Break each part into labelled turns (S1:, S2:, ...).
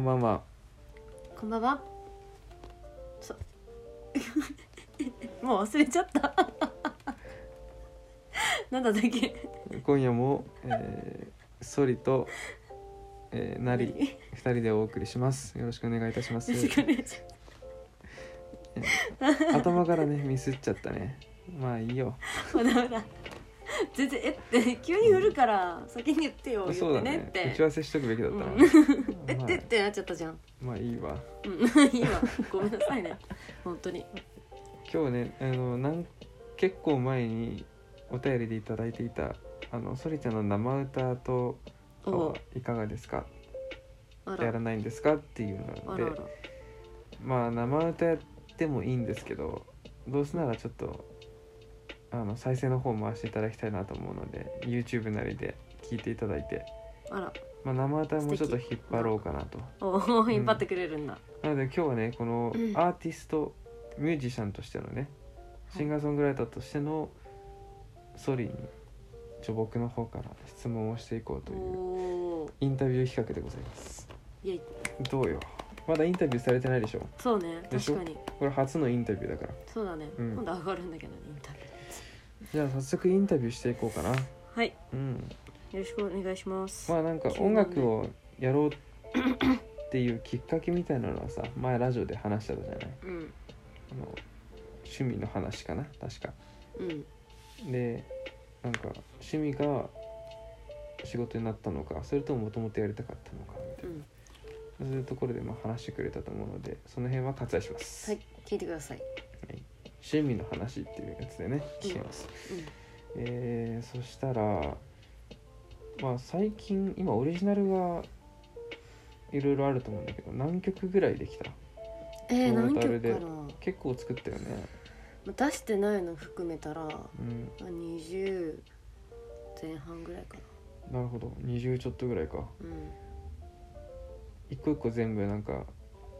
S1: んばんは。
S2: こんばんは。そ もう忘れちゃった。 なんだったっけ。
S1: 今夜も、えー、ソリと、えー、な り
S2: り。
S1: 二人でお送りします。よろしくお願いいたします。
S2: 確かに。
S1: 頭からねミスっちゃったね。まあいいよ。
S2: ほらほら。全然えって急に振るから先に言ってよ。言
S1: そう
S2: って
S1: だ
S2: ね
S1: ね
S2: っ。
S1: 打ち合
S2: て。
S1: わせしとくべきだったな。
S2: う
S1: ま
S2: んえっ
S1: あ
S2: てってなっちゃったじゃん。
S1: まあいいわ。
S2: うん。 今ごめんなさいね。本当に。
S1: 今日ねあのなん結構前にお便りでいただいていたあのソリちゃんの生歌とか
S2: お
S1: は「いかがですか
S2: あ
S1: や
S2: ら
S1: らないんですか?」っていう
S2: あ
S1: ので
S2: らあら。
S1: まあ生歌やってもいいんですけどどうせならちょっとあの再生の方回していただきたいなと思うので YouTube なりで聞いていただいて、
S2: あら。
S1: まあ、生歌もうちょっと引っ張ろうかなと
S2: おお引っ張ってくれるんだ。
S1: なので今日はねこの
S2: うん
S1: アーティスト、ミュージシャンとしてのね
S2: い
S1: シンガーソングライターとしてのソリにちょ僕の方から質問をしていこうと
S2: お
S1: いう
S2: おー。
S1: インタビュー企画でございます
S2: いや
S1: どうよまだインタビューされてないでしょ
S2: そうね
S1: でしょ
S2: 確かに
S1: これ初のインタビューだから
S2: そうだね、
S1: うん
S2: 今度上がるんだけどねインタビュー
S1: じゃあ早速インタビューしていこうかな
S2: はいよ
S1: うん
S2: ろしくお願いします、
S1: まあなんか
S2: そう
S1: 音
S2: なんだ
S1: 楽をやろうっていうきっかけみたいなのはさ前ラジオで話してたじゃない
S2: うん
S1: あの趣味の話かな確か
S2: うん
S1: でなんか趣味が仕事になったのかそれとももともとやりたかったのかみた
S2: う
S1: い
S2: ん
S1: なそういうところでまあ話してくれたと思うのでその辺は割愛します、
S2: はい聞いてください
S1: 趣味の話っていうやつでね聞けます、えーそしたらまあ最近今オリジナルがいろいろあると思うんだけど何曲ぐらいできた
S2: うんえー、
S1: ト
S2: 何
S1: ータ
S2: 曲
S1: ルで
S2: かなま
S1: 結構作ったよね
S2: あ出してないの含めたらま
S1: うん
S2: あ20前半ぐらいかな
S1: なるほど20ちょっとぐらいか
S2: うん
S1: 一個一個全部なんか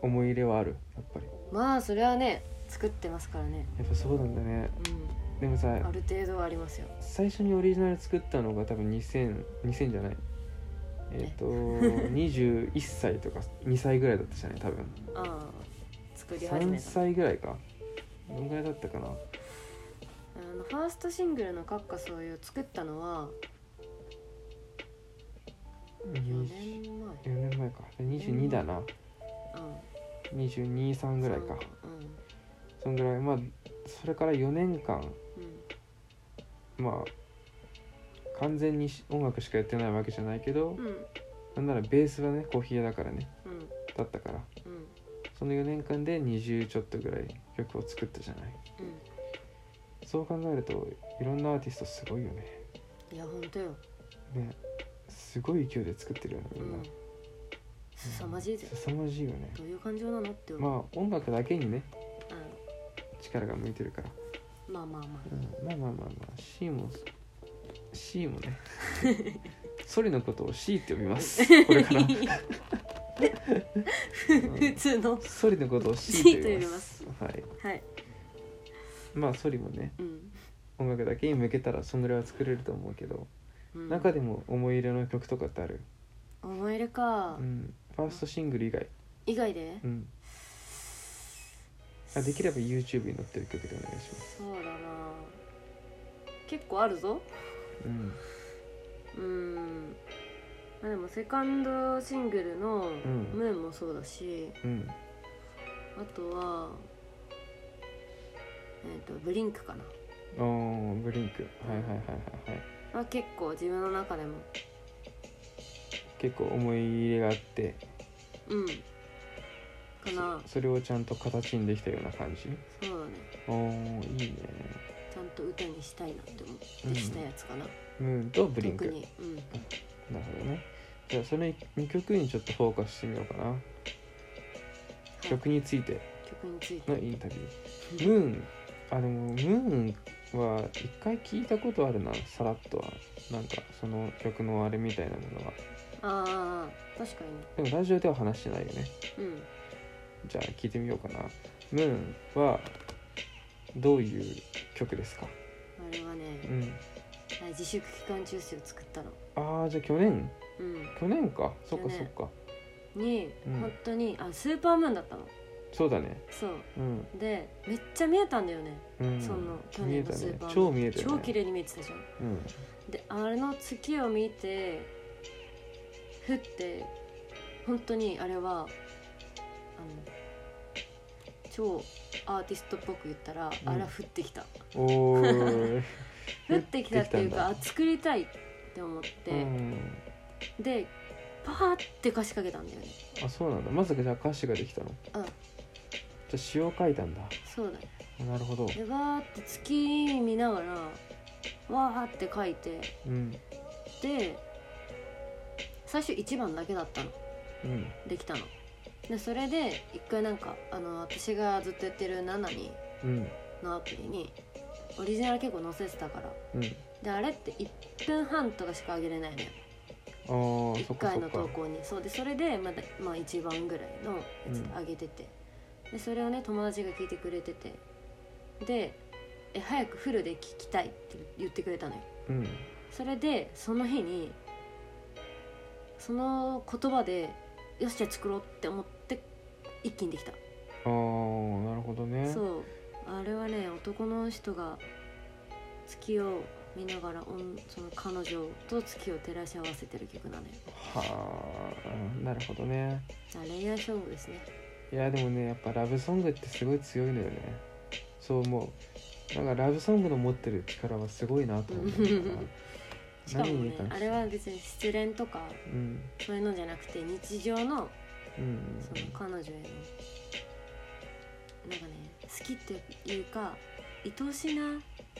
S1: 思い入れはあるやっぱり
S2: まあそれはね作ってますからね
S1: やっぱそうなんだね
S2: う
S1: でもさ
S2: んある程度はありますよ
S1: 最初にオリジナル作ったのが多分2000 2000じゃないえ っ、と21歳とか2歳ぐらいだったじゃない多分
S2: ああ作り始
S1: 3
S2: めた
S1: 歳ぐらいかどんぐらいだったかな
S2: あのファーストシングルの「カッカそういう」作ったのは4
S1: 4
S2: 年前
S1: 年前か22だな
S2: うん
S1: 223ぐらいか
S2: うん
S1: そんぐらいまあそれから4年間
S2: うん
S1: まあ完全に音楽しかやってないわけじゃないけど、
S2: うん
S1: なんならベースはねコーヒー屋だからね
S2: うん
S1: だったから
S2: うん
S1: その4年間で20ちょっとぐらい曲を作ったじゃない
S2: うん
S1: そう考えるといろんなアーティストすごいよね
S2: いや本当よ、
S1: ねすごい勢いで作ってるよね
S2: う、
S1: みんなん
S2: 凄まじいぜ
S1: 凄まじいよね
S2: どういう感情なのって思う、
S1: まあ音楽だけにね
S2: あの
S1: 力が向いてるから、
S2: まあまあま
S1: うん、まあまあまあまあ C も C もねソリのことを C って呼びますこれ から、
S2: あ普通の
S1: ソリのことを C と
S2: C
S1: 呼びますはい
S2: はい
S1: まあソリもね
S2: うん、
S1: 音楽だけに向けたらそんぐらいは作れると思うけど、
S2: うん、
S1: 中でも思い入れの曲とかってある
S2: 思えるか、
S1: うん、ファーストシングル以外、
S2: 以外で
S1: うん、あできれば YouTube に載ってる曲でお願いします、
S2: そうだな結構あるぞ
S1: うん
S2: うんまあでもセカンドシングルの
S1: ん
S2: 「ムーン」もそうだし、
S1: うん、
S2: あとはえっ、と「ブリンク」かな
S1: おーブリンクはいはいはいはいはい
S2: は結構自分の中でも
S1: 結構思い入れがあって
S2: うんかな
S1: それをちゃんと形にできたような感じ
S2: そうだね
S1: おーいいね
S2: ちゃんと歌にしたいなって思
S1: う
S2: ってした
S1: ん
S2: やつかな、
S1: ムーンとブリンク
S2: 特
S1: なる
S2: にうん
S1: ほどねじゃあその2曲にちょっとフォーカスしてみようかな曲について
S2: 曲について
S1: のインタビュームーンあでもムーンは一回聞いたことあるなさらっとはなんかその曲のあれみたいなものは
S2: ああ確かにね
S1: でもラジオでは話してないよね
S2: うん
S1: じゃあ聞いてみようかなムーンはどういう曲ですか
S2: あれは
S1: う
S2: ね
S1: ん
S2: あ自粛期間中止を作ったの
S1: ああじゃあ去年
S2: うん
S1: 去年かそっか
S2: 去
S1: そ
S2: 年
S1: っか
S2: に、
S1: うん
S2: 本当にあスーパームーンだったの
S1: そうだね
S2: そう
S1: うん、
S2: でめっちゃ見えたんだよね、
S1: うん、
S2: その去
S1: 見え
S2: 年の
S1: た
S2: スー
S1: ね
S2: パームーン
S1: 超見えたよね
S2: 超綺麗に見えてたじゃん
S1: うん
S2: であれの月を見て降って本当にあれはあの超アーティストっぽく言ったら、
S1: うん
S2: あら降ってきた
S1: おーい
S2: 降ってきたっていうか
S1: 降
S2: あ作りたいって思って、
S1: うん、
S2: でパーって歌詞かけたんだよね
S1: あそうなんだまさかじゃあ歌詞ができたの
S2: うん
S1: じゃあ詩を書いたんだ
S2: そうだね
S1: なるほど
S2: でわーって月見ながらわーって書いて
S1: うん
S2: で最初1番だけだったの
S1: うん
S2: できたのでそれで一回なんかあの私がずっとやってる「ナナに
S1: うん
S2: のアプリにオリジナル結構載せてたから
S1: うん
S2: であれって1分半とかしか上げれないのよ
S1: あーそ
S2: 1
S1: っか
S2: 回
S1: そ
S2: の
S1: っ
S2: 投
S1: か
S2: 稿にそうでそれでまだ、まあ、1番ぐらいのやつ
S1: うん
S2: 上げてて、でそれをね友達が聞いてくれててでえ早くフルで聞きたいって言ってくれたのよ
S1: うん
S2: それでその日にその言葉でよしじゃあ作ろうって思って一気にできた、
S1: あーなるほどね
S2: そうあれはね男の人が月を見ながらおんその彼女と月を照らし合わせてる曲なのよ
S1: はあなるほどね
S2: あ恋愛ソングですね
S1: いやでもねやっぱラブソングってすごい強いのよねそう思うなんかラブソングの持ってる力はすごいなと思うから
S2: うんしかもねあれ、は
S1: 何に関して
S2: 別に失恋とか
S1: うん
S2: そういうのじゃなくて日常の
S1: うん
S2: その彼女へのなんかね好きっていうか愛おしいな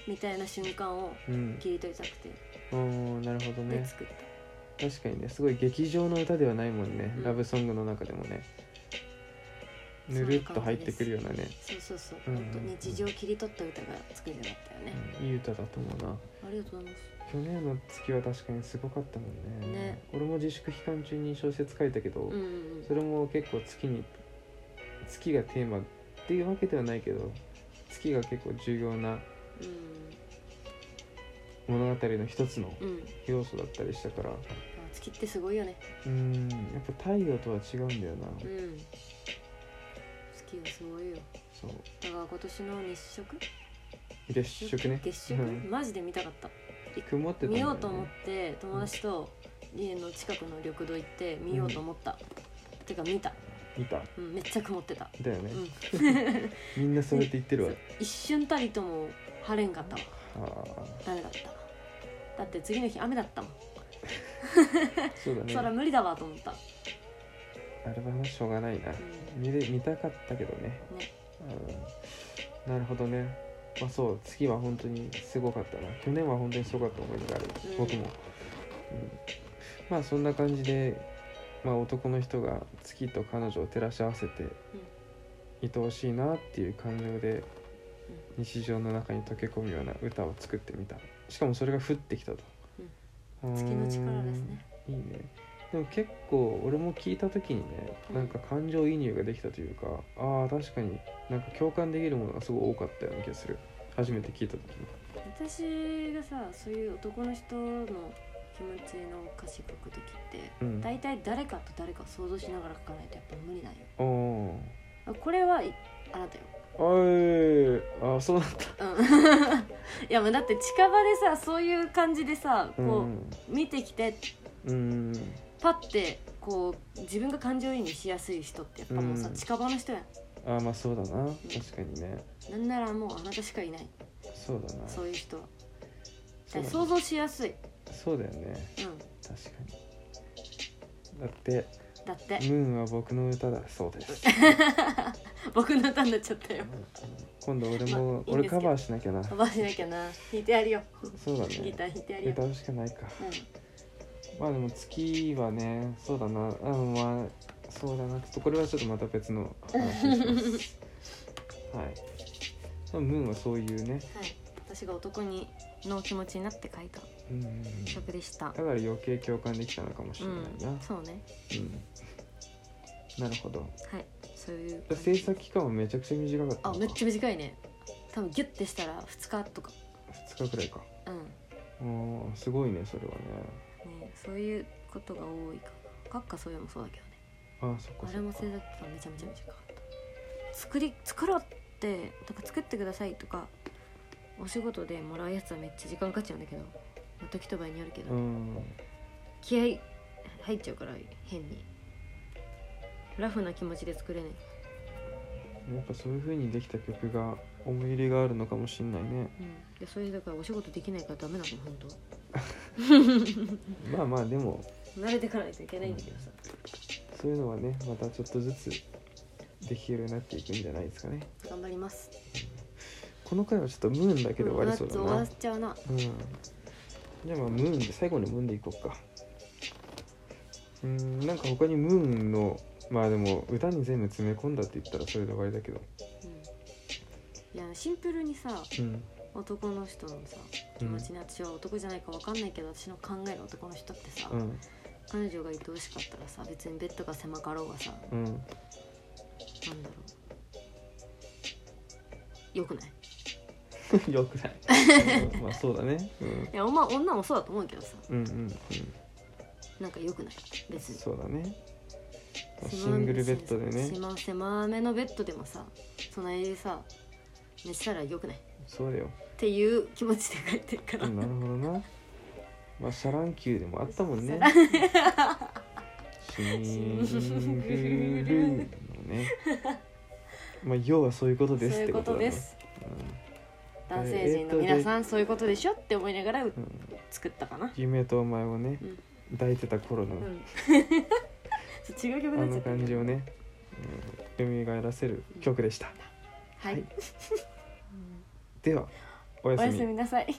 S2: みたいな瞬間を
S1: うん
S2: 切り取りたくて、
S1: うんなるほど
S2: で
S1: ね
S2: 作った
S1: 確かにねすごい劇場の歌ではないもんね、
S2: うん
S1: ラブソングの中でもね
S2: そんな
S1: ぬ
S2: 感じ
S1: るっと入ってくるようなね、
S2: そうそうそう、
S1: うん
S2: 本当日常を切り取った歌が作りたかったよね、
S1: うんいい歌だと思うな
S2: ありがとうござい
S1: 去年の月は確かにすごかったもんね
S2: ね
S1: 俺も自粛期間中に小説書いたけど、
S2: ますうんうんうん
S1: それも結構月に月がテーマっていうわけではないけど月が結構重要な物語の一つの
S2: うん、うん、
S1: 要素だったりしたから
S2: あ月ってすごいよね
S1: うーんやっぱ太陽とは違うんだよな、
S2: うん月はすごいよ
S1: そう
S2: だから今年の日食
S1: 月食ね
S2: 月食、
S1: うん
S2: マジで見たかった
S1: 曇ってたんだ
S2: 見
S1: よ、ね、
S2: ようと思って友達と家の近くの緑道行って見ようと思った、てか見た、
S1: 見た
S2: うん、めっちゃ曇ってた、
S1: だよね
S2: う、ん、
S1: みんなそうやって言ってるわ
S2: そう一瞬たりとも晴れんかったわ
S1: は
S2: ダメだったわだって次の日雨だったもん、
S1: あそうだね
S2: そりゃ
S1: あ
S2: 無理だわと思った、
S1: れはしょうがないな
S2: うん
S1: 見れ見たかったけどね
S2: ね
S1: うんなるほどねまあそう月は本当にすごかったな去年は本当にすごかった思い出がある、
S2: うん
S1: 僕も、うん、まあそんな感じで、まあ、男の人が月と彼女を照らし合わせて、愛おしいなっていう感情で日常の中に溶け込むような歌を作ってみたしかもそれが降ってきたと、うーん
S2: 月の力ですね
S1: いいねでも結構俺も聞いた時にね
S2: うん
S1: なんか感情移入ができたというかああ確かになんか共感できるものがすごい多かったような気がする初めて聞いた時に
S2: 私がさそういう男の人の気持ちの歌詞書く時って
S1: うん
S2: 大体誰かと誰かを想像しながら書かないとやっぱ無理なんよ
S1: おお
S2: あこれはいあなたよ
S1: あえあーそうなんだ
S2: うん いやもうだって近場でさそういう感じでさ
S1: う
S2: こ
S1: ん
S2: う、見てきて
S1: うん
S2: パッてこう自分が感情移入しやすい人ってやっぱもうさ、
S1: うん
S2: 近場の人やん
S1: あーまあそうだな確かにね
S2: なんならもうあなたしかいない
S1: そうだな
S2: そういう人は
S1: そうだ
S2: だから
S1: な
S2: 想像しやすい、
S1: そうだよね
S2: うん、
S1: 確かにだって
S2: だって
S1: 「ムーンは僕の歌だそうです」
S2: 僕の歌になっちゃった よ
S1: 今度俺も、
S2: まあいいんで
S1: 俺
S2: すけ
S1: カ
S2: ど
S1: バーしなきゃな
S2: 飛ばしなきゃな弾いてやるよ
S1: そうだ
S2: ギ
S1: ね
S2: ター弾いてやるよ
S1: 歌、うしかないか
S2: うん、
S1: まあでも月はねそうだなあのまあそうだなちょっとこれはちょっとまた別の話にしますはいでもムーンはそういうね
S2: はい私が男にの気持ちになって書いた
S1: うんうんうんだ
S2: 曲でした
S1: から余計共感できたのかもし
S2: う
S1: れなんいな、うん
S2: そうね
S1: なるほど
S2: はいそういう感じ
S1: 制作期間はめちゃくちゃ短かった
S2: あ
S1: のか
S2: めっちゃ短いね多分ギュッてしたら2日とか
S1: 2日くらいか
S2: うん
S1: うんすごいねそれはね
S2: ねそういうことが多いかなカッカそういうのもそうだけどね
S1: ああそっか
S2: あ
S1: そ
S2: れ
S1: っ
S2: も
S1: か
S2: 制作期間めちゃめちゃ短かった作り作ろうってとか作ってくださいとかお仕事でもらうやつはめっちゃ時間かかっちゃうんだけどまあ時と場合によるけど、
S1: うん
S2: 気合入っちゃうから変にラフな気持ちで作れない
S1: やっぱそういう風にできた曲が思い入れがあるのかもしんないね
S2: うん、でそれだからお仕事できないからダメなの本
S1: まあまあでも
S2: 当慣れてかないといけないんだけどさ
S1: そういうのはねまたちょっとずつできるようになっていくんじゃないですかね
S2: 頑張ります
S1: この回はちょっとムーンだけで終わりそうだ
S2: ん終わ
S1: な
S2: っちゃうな
S1: うんじゃあまあムーンで最後にムーンでいこうかうんなんか他にムーンのまあでも歌に全部詰め込んだって言ったらそれで終わりだけど
S2: うんいやシンプルにさ
S1: うん
S2: 男の人のさ気持ちね、私は男じゃないか分かんないけど私の考えが男の人ってさ、
S1: うん
S2: 彼女が愛おしかったらさ別にベッドが狭かろうがさ
S1: うん
S2: なんだろうよくな い
S1: よくないうん まあそうだねうん
S2: いやお前女もそうだと思うけどさ
S1: うんうんうん
S2: なんかよくない別に
S1: そうだねシングルベッドでね
S2: 狭狭めのベッドでもさ隣でさ寝てたらよくないっ
S1: そうだよ
S2: ていう気持ちで書いてるから、
S1: うんなるほどなまあシャラン級でもあったも んねシングルの ねまあ要はそういうこと
S2: そう
S1: ですっ
S2: いう
S1: て
S2: こ
S1: こと
S2: と
S1: だ
S2: で
S1: ね
S2: す男性陣の皆さんそういうことでしょって思いながら
S1: うんうん
S2: 作ったかな、
S1: 夢とお前をね
S2: うん
S1: 抱いてた頃の
S2: うん、 そう違う曲
S1: あ
S2: になっちゃ
S1: の
S2: った
S1: 感じをねうん蘇らせる曲でした
S2: はい、
S1: ではおや
S2: お
S1: す
S2: や
S1: み
S2: すみなさい